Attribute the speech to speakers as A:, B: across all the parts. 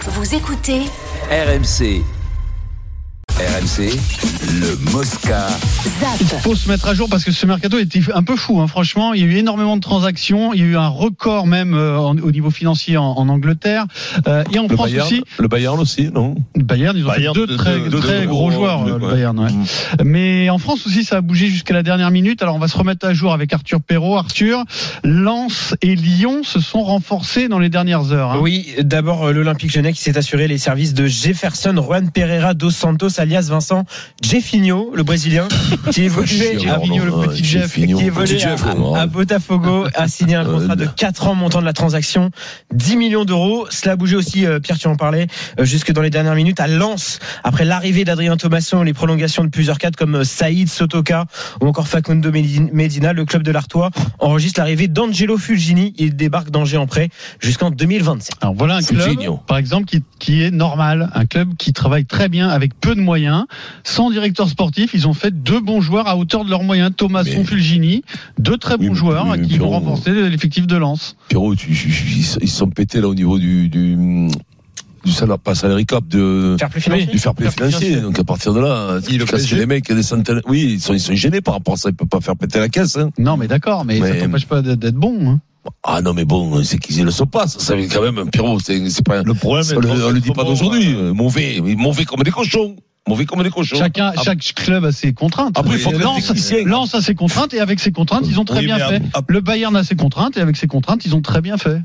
A: Vous écoutez
B: RMC. RMC, le Mosca.
A: ZAP.
C: faut se mettre à jour parce que ce mercato était un peu fou. hein. Franchement, il y a eu énormément de transactions. Il y a eu un record même euh, en- au niveau financier en, en Angleterre Euh, et en
D: Le
C: France
D: Bayern,
C: aussi.
D: le Bayern aussi, non
C: Le Bayern, ils ont
D: Bayern,
C: fait deux,
D: deux-
C: très,
D: deux-
C: très
D: deux
C: gros,
D: gros,
C: joueurs.
D: deux,
C: euh, le
D: ouais.
C: Bayern, ouais.
D: Mm.
C: Mais en France aussi, ça a bougé jusqu'à la dernière minute. Alors, on va se remettre à jour avec Arthur Perrault. Arthur, Lens et Lyon se sont renforcés dans les dernières heures. hein.
E: Oui, d'abord euh, l'Olympique Lyonnais qui s'est assuré les services de Jefferson Juan Pereira dos Santos alias Vincent Jeffinho, le Brésilien, qui évoluait
D: Jeffinho,
E: à Vigno, le
D: ouais,
E: petit Jeff, qui
D: Jeffinho.
E: évoluait
D: Petit hein. Jeff,
E: à-
D: ouais.
E: à, Botafogo, a signé un contrat de 4 ans montant de la transaction, 10 millions d'euros. Cela a bougé aussi, euh, Pierre, tu en parlais, euh, jusque dans les dernières minutes à Lens, après l'arrivée d'Adrien Thomasson, les prolongations de plusieurs cadres comme euh, Saïd Sotoka ou encore Facundo Medina, le club de l'Artois enregistre l'arrivée d'Angelo Fulgini. Il débarque d'Angers en prêt jusqu'en 2027.
C: Alors voilà un
D: C'est
C: club,
D: génial.
C: par exemple, qui, qui est normal, un club qui travaille très bien avec peu de moyens, sans directeur sportif. Ils ont fait deux bons joueurs à hauteur de leurs moyens, Thomas
D: Mais-
C: Fulgini, deux très
D: Oui,
C: bons
D: mais-
C: joueurs
D: mais-
C: qui
D: mais
C: vont
D: on-
C: renforcer l'effectif de Lens.
D: Pierrot, tu- tu- tu- ils ils se sont pétés là au niveau du du, du salaire, pas salaire cap de
E: Faire plus financier
D: du fair play financier. Donc à partir de là,
F: Il le
D: parce que
F: PSG.
D: les mecs, il y a des centaines. Oui, ils sont, ils sont gênés par rapport à ça. Ils peuvent pas faire péter la caisse. hein.
C: Non, mais d'accord, mais, ça
D: Mais-
C: t'empêche pas d'être d'être bon. hein.
D: Ah non, mais bon, c'est qu'ils le sont pas. Ça, ça veut quand même, Pierrot, c'est c'est pas.
F: Le problème
D: on le, on le dit pas d'aujourd'hui. Euh, Mauvais, mais mauvais comme des cochons. Mauvais comme des cochons.
C: Chacun, chaque club a ses contraintes.
D: ah, Après, il
C: Et
D: faut que les
C: Lens,
D: techniciens- ah,
C: Lens a ses contraintes et avec ses contraintes, ils ont très
F: Oui,
C: bien
F: mais
C: fait.
F: ap-
C: Le Bayern a ses contraintes et avec ses contraintes, ils ont très bien fait.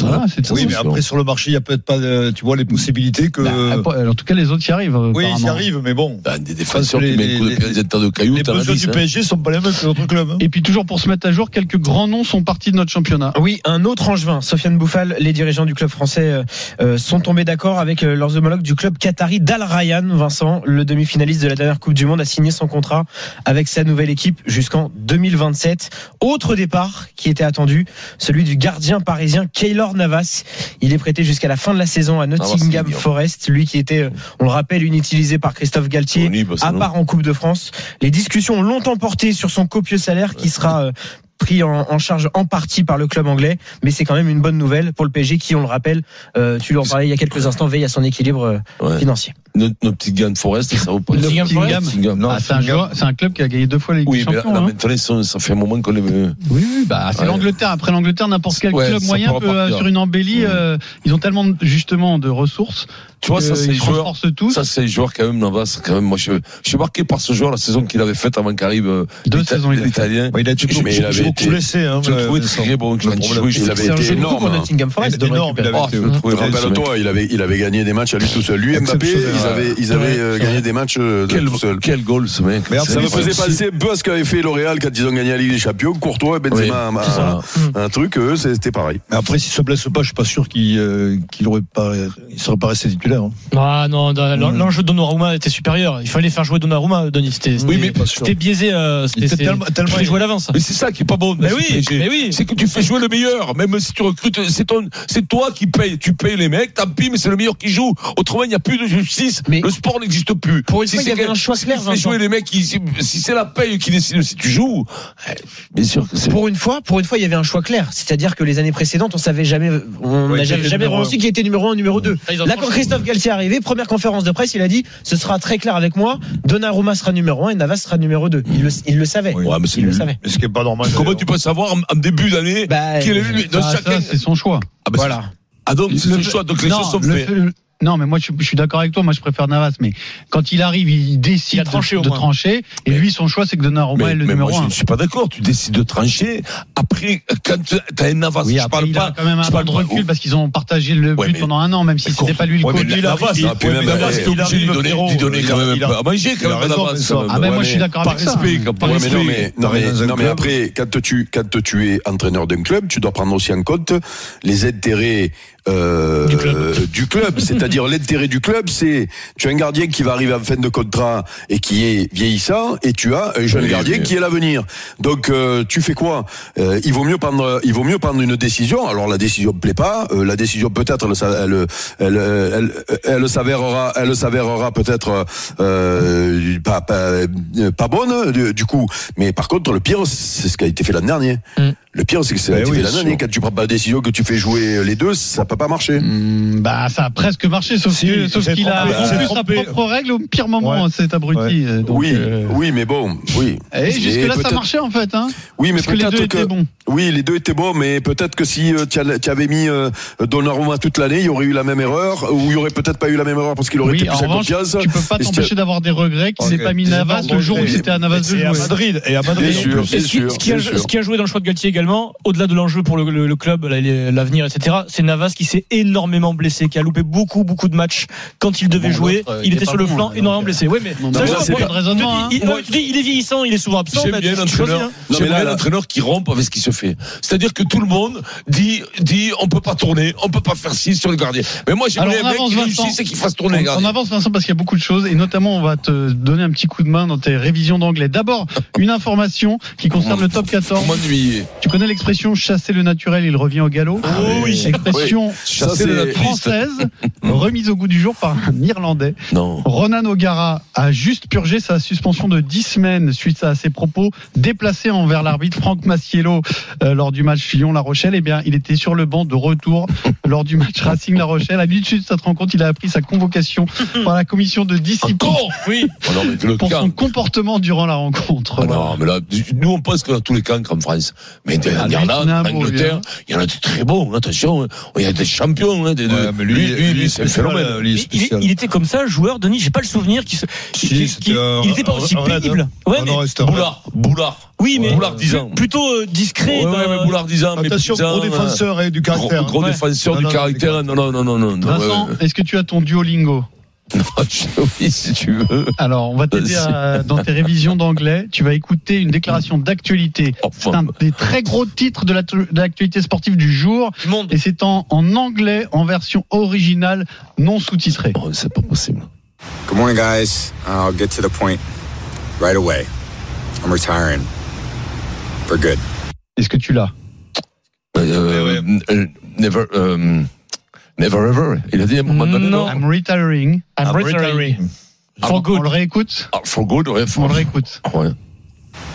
C: Voilà, c'est tout.
F: Oui, mais après sur le marché, il n'y a peut-être pas, euh, tu vois, les possibilités que.
D: Euh.
C: Bah, en tout cas, les autres y arrivent.
F: oui, ils y
C: apparemment.
F: arrivent, mais bon.
D: Ah, des défenseurs
F: Parce
D: qui
F: que
D: mettent
F: les-
D: coup de pied
F: les-
D: dans un tas de cailloux.
F: Les
D: t'en as
F: besoins
D: dix,
F: du
D: hein.
F: PSG sont pas les mêmes que l'autre club. hein.
C: Et puis toujours pour se mettre à jour, quelques grands noms sont partis de notre championnat.
E: Oui, un autre angevin, Sofiane Bouffal, les dirigeants du club français euh, euh, sont tombés d'accord avec euh, leurs homologues du club qatari d'Al Ryan. Vincent, le demi-finaliste de la dernière Coupe du Monde, a signé son contrat avec sa nouvelle équipe jusqu'en 2027. Autre départ qui était attendu, celui du gardien parisien Keylor Navas. Il est prêté jusqu'à la fin de la saison à
D: Navas,
E: Nottingham
D: c'est mignon.
E: Forest, lui qui était, euh, on le rappelle, inutilisé par Christophe Galtier.
D: Tony, bah, ça,
E: à
D: non.
E: part en Coupe de France. Les discussions ont longtemps porté sur son copieux salaire qui sera euh, pris en, en charge en partie par le club anglais, mais c'est quand même une bonne nouvelle pour le PSG qui, on le rappelle, euh, tu en parlais il y a quelques instants, veille à son équilibre euh,
D: Ouais.
E: financier.
D: Nos, nos petites gants de Forest, ça vaut pas
C: Le Nottingham Forest
D: Nottingham, non,
C: Ah, c'est un, joueur- c'est un club qui a gagné deux fois les
D: Oui, mais là,
C: champions.
D: là,
C: hein.
D: maintenant, ils sont- ça fait un moment qu'on les veut.
C: Oui, oui, bah, c'est
D: Ouais.
C: l'Angleterre. Après l'Angleterre, n'importe quel
D: Ouais,
C: club
D: ça
C: moyen
D: peut
C: peut, euh,
D: repartir.
C: sur une embellie,
D: Mmh.
C: euh, ils ont tellement de- justement de ressources.
D: Tu vois, ça,
C: que
D: c'est
C: ils
D: les
C: se
D: joueurs-
C: renforcent tous.
D: Ça, c'est un joueur quand même, Navas. Quand même, moi, je, je suis marqué par ce joueur, la saison qu'il avait faite avant qu'arrive euh,
C: Deux
D: l'Ita-
C: saisons, il a
D: l'Italien.
F: Ouais, il a toujours
D: Mais il avait
F: beaucoup
D: été-
F: blessé. Hein,
D: Je le trouvais
F: Vincent.
D: très bon. Quand
F: Le
D: il
F: problème,
D: jouait, je
F: c'est
D: l'avais
E: C'est un
D: été
E: jeu de coupe
D: énorme.
E: pour
F: hein.
E: Nottingham Forest.
F: Il est
E: de
F: énorme,
E: récupérer.
F: il avait
D: Ah, je le trouvais vraiment
G: Rappelle-toi, il avait, il avait gagné des matchs à lui tout seul. Lui, Mbappé,
F: Exceptionnel,
G: ils avaient, ils avaient euh, gagné des matchs euh,
D: Quel,
G: tout seul.
D: quel goal, ce mec.
F: Merde,
D: C'est
G: Ça me
D: incroyable.
G: faisait passer un peu à ce qu'avait fait L'Oréal quand ils ont gagné la Ligue des Champions. Courtois et Benzema,
D: Oui,
G: un-
D: c'est ça.
G: un, un truc, eux, c'était pareil.
F: Mais après, s'il se blesse pas, je suis pas sûr qu'il euh, qu'il aurait pas, il serait pas resté titulaire. hein.
H: Ah non, dans- l'en-
F: Mm.
H: l'enjeu de Donnarumma était supérieur. Il fallait faire jouer Donnarumma, Denis. C'était
D: Oui,
H: c'était-
D: mais pas sûr.
H: c'était biaisé. Euh, c'était-
F: Il était
H: c'est-
F: tellement- tellement-
H: fallait jouer à l'avance.
D: Mais c'est ça qui est pas bon. dans
H: Mais
D: ce
H: oui,
D: PSG.
H: mais oui.
D: C'est que tu fais jouer le meilleur. Même si tu recrutes, c'est ton, c'est toi qui payes. Tu payes les mecs, tant pis, mais c'est le meilleur qui joue. Autrement, il n'y a plus de justice.
E: Mais-
D: le sport n'existe plus.
E: Pour une fois, il y
D: c'est
E: avait
D: que-
E: un choix
D: si
E: clair,
D: tu fais jouer
E: Vincent.
D: les mecs, qui- si, si c'est la paye qui décide si tu joues, eh, bien sûr que c'est.
E: Pour une fois, pour une fois, il y avait un choix clair. C'est-à-dire que les années précédentes, on savait jamais, on
F: Ouais,
E: n'a
F: qui
E: jamais,
F: était
E: jamais
F: numéro
E: vraiment su qui était numéro 1, numéro 2.
H: Ah, ils ont
E: Là, quand
H: tranché.
E: Christophe Galtier est arrivé, première conférence de presse, il a dit, ce sera très clair avec moi, Donnarumma sera numéro 1 et Navas sera numéro 2. Il le, il le savait.
F: Oui.
D: Ouais, mais c'est
E: il le
D: nul.
E: savait.
F: Mais ce qui est pas normal.
D: Comment
F: d'ailleurs.
D: tu peux savoir en, en début d'année
E: Bah,
D: qui est le lui- dans
C: Ah, ça,
D: chacun
C: c'est son choix.
D: Ah, bah,
E: Voilà.
D: c'est- Ah donc c'est
C: Le
D: son
C: fait-
D: choix. Donc les
C: non,
D: choses sont
C: le
D: faites.
C: fait- le- non, mais moi je, je suis d'accord avec toi. Moi je préfère Navas, mais quand il arrive, il décide
H: Il a tranché,
C: de,
H: au
C: de
H: moins.
C: trancher. Et
D: Mais-
C: lui, son choix, c'est que Donnarumma
D: Mais,
C: est le
D: mais moi,
C: numéro
D: je
C: un.
D: ne suis pas d'accord. Tu décides de trancher. Après, quand tu as un avance,
C: Oui,
D: je
C: après,
D: parle
C: il
D: pas.
C: a quand même un
D: je
C: peu
D: parle
C: de
D: pas-
C: recul parce qu'ils ont partagé le
D: Ouais,
C: but
D: mais-
C: pendant un an, même si
D: mais
C: c'était
D: con-
C: pas lui le
F: Ouais, mais
C: coach.
F: la-
D: Il a
F: Navas,
D: il
F: il- ouais, mais Navas,
D: a
F: il
D: obligé de
F: arrive,
D: donner,
F: frérot.
D: d'y donner quand
F: Il
D: même
F: a-
D: un peu à manger
F: il
D: quand
F: a
D: même à
F: raison,
D: Navas.
F: Vincent.
D: quand même.
C: Ah ben
G: Ouais,
C: moi je suis
G: mais
C: d'accord
D: Par
C: avec ça.
D: respect, quand- par
G: Ouais, mais
D: respect.
G: non, mais, non,
F: Dans
G: mais-
F: un
G: non, mais
F: club.
G: après, quand tu, quand tu es entraîneur d'un club, tu dois prendre aussi en compte les intérêts euh, du club. C'est-à-dire l'intérêt du club, c'est tu as un gardien qui va arriver en fin de contrat et qui est vieillissant, et tu as un jeune
D: Oui,
G: gardien
D: oui.
G: qui est l'avenir. Donc euh, tu fais quoi Euh, Il vaut mieux prendre, il vaut mieux prendre une décision. Alors la décision ne plaît pas, euh, la décision peut-être elle, s'a- elle, elle, elle, elle s'avérera, elle s'avérera peut-être euh, pas, pas, euh, pas bonne du, du coup. Mais par contre, le pire, c'est ce qui a été fait l'an dernier. Le pire, c'est que c'est
F: Eh
G: la
F: oui, bien
G: l'année.
F: sûr.
G: Quand tu prends pas la décision que tu fais jouer les deux, ça peut pas marcher.
C: Hmm, bah, ça a presque marché, sauf
F: Si,
C: que-
F: il
C: sauf
F: s'est
C: qu'il a
F: trompé, il s'est
C: rompu sa
F: trompé.
C: propre règle au pire moment, hein,
F: Ouais.
C: cet abruti.
F: Ouais.
C: euh, donc,
G: oui,
C: euh,
G: oui, mais bon, oui.
C: Et jusque-là, ça
G: peut-être-
C: marchait en fait. Hein
G: Oui, mais
C: parce que les
G: peut-être
C: deux
G: que,
C: étaient bons.
G: oui, les deux étaient bons, mais peut-être que si euh, tu as- tu avais mis euh, Donnarumma toute l'année, il y aurait eu la même erreur, ou il y aurait peut-être pas eu la même erreur parce qu'il aurait
C: Oui,
G: été
C: en
G: plus à
C: revanche,
G: confiance.
C: Tu peux pas
G: Et si
C: t'empêcher d'avoir des regrets qu'il s'est
F: Ok.
C: pas mis
F: Ah, C'est
C: Navas
F: pas
C: le jour où
F: regret.
C: c'était à Navas de
F: Et à
C: jouer.
F: Madrid. Et à Madrid.
G: Bien sûr,
F: Et
G: bien
H: Et ce qui,
G: sûr,
H: ce qui a,
G: bien sûr.
H: ce qui a joué dans le choix de Galtier également, au-delà de l'enjeu pour le, le- le club, là, les- euh, l'avenir, etc., c'est Navas qui s'est énormément blessé, qui a loupé beaucoup, beaucoup de matchs quand il devait
F: Bon,
H: jouer.
F: l'autre, euh,
H: il
F: il est
H: était
F: pas
H: sur le
F: bon,
H: flanc,
F: là,
H: énormément
F: donc,
H: blessé. Oui, mais
C: Non,
G: mais
H: ça, je
G: là, c'est
H: comprends.
C: pas de raisonnement,
H: Tu dis- il-
C: hein.
H: non, tu dis, il est vieillissant, il est souvent absent.
D: J'aime
H: bah,
D: bien
H: tu- tu choisis,
D: l'entraîneur.
H: hein.
G: Non,
D: J'aime
G: mais là,
D: bien
G: là-
D: l'entraîneur qui rompt avec ce qui se fait. C'est-à-dire que tout le monde dit, dit, on peut pas tourner, on peut pas faire ci sur les gardiens. Mais moi,
C: Alors,
D: j'aimerais
C: on
D: un mec
C: avance,
D: qui
C: Vincent.
D: réussisse et qui fasse tourner les
C: On, on
D: gardiens.
C: avance Vincent parce qu'il y a beaucoup de choses et notamment on va te donner un petit coup de main dans tes révisions d'anglais. D'abord, une information qui concerne le top 14.
D: Pour m'ennuyer.
C: Tu connais l'expression chasser le naturel, il revient au galop
D: Oh oui.
C: Expression
G: Ça,
D: Chasser le
G: c'est-
D: naturel.
C: française remise au goût du jour par un Irlandais.
D: Non.
C: Ronan O'Gara a juste purgé sa suspension de 10 semaines suite à ses propos déplacés envers l'arbitre Franck Massiello euh, lors du match Lyon-La Rochelle. Eh bien, il était sur le banc de retour lors du match Racing-La Rochelle. À l'issue de cette rencontre, il a appris sa convocation par la commission de discipline
D: Encore Oui. Oh non, mais le
C: pour son
D: camp.
C: comportement durant la rencontre.
D: Ah
C: Voilà.
D: non, mais là, nous on pense qu'on a tous les cancres en France. Mais de-
C: Ah,
D: en
C: mais
D: Irlande,
C: il y en a
D: en
C: un beau,
D: Angleterre, il y en a des très bons, attention. hein. Il y a des champions. hein, des-
F: Ouais,
D: des-
F: Ah, mais lui, lui, lui,
D: c'est un
F: spécial,
D: phénomène.
F: euh, lui,
H: Il- il,
F: spécial.
H: il était comme ça, joueur, Denis, j'ai pas le souvenir qu'il se-
F: Si,
H: qu'il-
F: c'était
H: qu'il-
F: un-
H: il était pas
F: un-
H: aussi
F: un raid,
H: pénible. Ouais,
F: Ah
H: mais
F: non, restaurant.
D: Boulard, Boulard.
H: Oui, mais-
D: Boulard 10 ans.
H: plutôt euh, discret.
D: Ouais, ouais,
H: dans-
D: mais Boulard 10 ans, mais
F: Attention,
D: plus
F: euh, gros
D: ans, hein.
F: défenseur et du caractère. hein.
D: Gros, gros
H: Ouais.
D: défenseur
F: Non,
D: du
F: non,
D: caractère. Non, non, non, non, non. non,
C: Vincent,
D: ouais,
C: est-ce que tu as ton Duolingo
D: ouais. Ah, Oui, si tu veux.
C: Alors, on va t'aider
D: Euh,
C: à- dans tes révisions d'anglais. Tu vas écouter une déclaration d'actualité. C'est
D: Enfin,
C: un des très gros titres de la- de l'actualité sportive du jour.
H: du monde.
C: Et c'est en, en anglais, en version originale, non sous-titrée.
D: bon, c'est pas possible.
A: Good morning, guys. I'll get to the point right away. I'm retiring for good.
C: Est-ce que tu l'as
D: Euh, euh, Never, euh, never ever. Il a dit à un moment donné.
H: Non.
C: I'm retiring. Ah
H: I'm retiring. For
C: On
H: good.
C: le réécoute
D: Ah, For good, ouais,
C: On
D: for
C: le réécoute.
D: Ouais.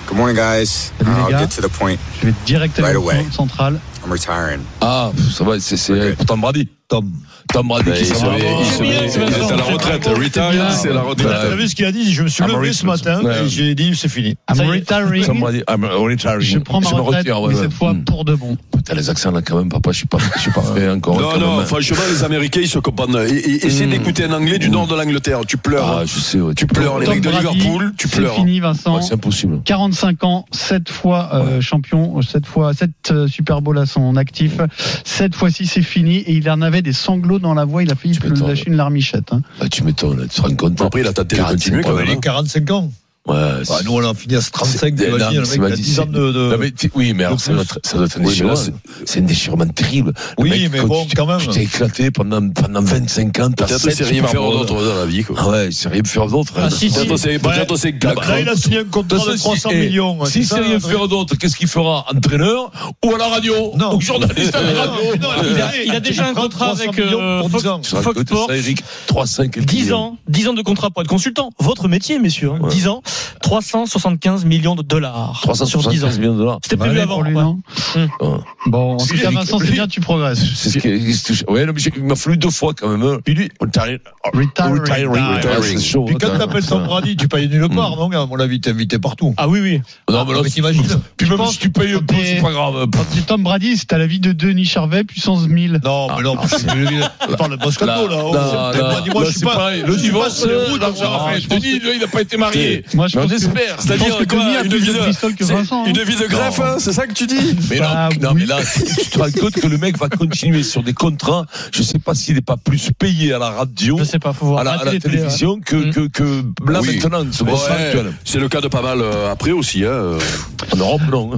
A: Good morning, guys.
C: Salut, les
A: I'll
C: gars.
A: get to the point.
C: Je vais direct à
A: Right
C: la
A: away.
C: centrale. centrale.
A: I'm retiring.
D: Ah, ça va, c'est c'est pour Tom Brady.
F: Tom.
D: Tom Brady qui
G: Ah, il
D: s'en
G: se
D: va.
G: met- il se
H: C'est bien,
G: met-
H: c'est
G: il est
H: Vincent.
G: à la
H: C'est
G: retraite.
H: très bon,
G: Retire,
C: bien.
G: c'est la
F: Mais
G: retraite.
F: T'as vu ce qu'il a dit Je me suis
D: Ah,
F: levé
D: Maurice,
F: ce matin
D: ouais.
F: et j'ai dit c'est fini.
C: I'm
H: Ça y est.
D: Tom
C: retiring.
D: Brady, I'm retiring.
C: Je prends ma
D: me
C: retraite,
D: retire, ouais,
C: mais
D: ouais.
C: cette fois
F: Mm.
D: Hmm.
C: pour de bon.
D: Putain, les accents là quand même, papa, je suis pas, je suis pas fait encore.
G: Non,
D: quand
G: non,
D: même. hein.
G: franchement, les Américains, ils se comprennent. Et- et- Essaye
D: Mm.
G: d'écouter un anglais du nord de l'Angleterre. Tu pleures. hein.
D: Ah, je sais, ouais,
G: Tu pleures, les
C: Tom
G: mecs de
C: Brady,
G: Liverpool, tu
C: C'est
G: pleures.
C: fini, Vincent.
D: Ouais, c'est impossible.
C: 45 ans, 7 fois euh, champion, 7 fois 7 Super Bowl à son actif. Cette fois-ci, c'est fini et il en avait des sanglots dans la voix, il a failli
D: Tu m'étonnes.
C: lâcher une larmichette. hein.
D: Ah, tu m'étonnes, là, tu te rends compte.
G: Après, il a tenté de
D: 45
G: continuer quand
D: ans,
G: même.
F: Il
G: hein.
F: est 45 ans.
D: Ouais,
F: Bah,
D: c'est-
F: nous, on a fini à ce 35.
D: C'est-
F: T'imagines,
D: non,
F: le
D: c'est
F: mec,
D: pas
F: t'as 10
D: difficile.
F: ans de. de-
D: Non, mais tu- oui, mais alors, ça doit être, ça doit être un
G: Oui, mais
D: déchirement.
G: là, euh, c'est-
D: c'est un déchirement terrible. Le
F: Oui, mais
D: quand
F: bon,
D: tu-
F: quand même.
D: Tu t'es éclaté pendant, pendant 25 ans, Ah, t'as
G: Peut-être que
D: sept
G: c'est rien
D: Super
G: faire
D: Bowl.
G: d'autre dans la vie. quoi.
D: Ah ouais, c'est rien faire d'autre. hein.
H: Ah, si, si.
G: Peut-être que c'est- peut-être que c'est
F: Là, il a signé un contrat de 300 millions. hein,
D: Si c'est rien faire d'autre, qu'est-ce qu'il fera Entraîneur ou à la radio
F: Non.
D: Ou journaliste à la radio
H: il a- il a déjà un contrat avec, euh, Fox-
D: Tu te rends compte de
H: Fox
D: ça, Eric 300 et quelques
H: 10
D: millions.
H: ans, 10 ans de contrat pour être consultant. Votre métier, messieurs. hein.
D: Ouais.
H: 10 ans, 375 millions de dollars. sur 10 ans.
D: 375 millions de dollars.
H: C'était
C: Malin
H: prévu
C: pour
H: avant. hein.
C: lui,
H: ouais.
C: non
D: Ouais.
C: Bon, en tout cas,
D: Eric,
C: Vincent, c'est
D: lui-
C: bien, tu progresses.
D: C'est ce qui est. Ouais, non, mais j'ai- il m'a fallu deux fois quand même. hein. Puis lui, retiring.
C: Retiring.
D: Retiring. C'est chaud,
F: Puis
D: hein,
F: quand t'appelles Tom Brady, tu payes nulle part, non, gars À mon avis, t'es invité partout.
H: Ah oui, oui.
D: Non, mais là,
F: mais t'imagines.
D: Puis
C: Je
D: même
C: pense
D: si tu payes un peu,
C: que-
D: c'est pas grave. hein.
C: Quand tu Tom Brady, c'est à la vie de Denis Charvet, puissance 1000.
F: Non, mais non, parce que je parle de Moscato, là. oh,
D: là,
F: c'est-
D: là,
F: Dis-moi,
D: là,
F: je suis
D: c'est
F: pas.
D: pareil. Le
F: je suis pas
D: divorce, euh,
F: sur les routes, hein.
D: l'argent
F: moi.
D: à
F: Je
D: faire.
F: pense
D: Denis, lui, il n'a pas été marié.
C: Moi, je
D: Mais on
C: pense que-
D: espère.
C: Je pense
G: C'est-à-dire
C: que
G: quoi,
C: Denis a
G: une
C: plus
G: vie
C: de
G: de-
C: Bristol que
G: c'est
C: Vincent. hein.
G: Une vie de greffe, hein, c'est ça que tu dis
D: Mais
C: Bah,
D: là, non,
C: oui.
D: mais là, tu te rends compte que le mec va continuer sur des contrats. Je sais pas s'il n'est pas plus payé à la radio,
H: Je sais pas, faut voir.
D: à la, à la
H: télé, télé, ouais.
D: télévision que,
H: Mm.
D: que, que là
G: Oui.
D: maintenant, ce
G: Ouais,
D: moment actuel.
G: C'est le cas de pas mal euh, après aussi. hein, euh.
D: En Europe, non. hein.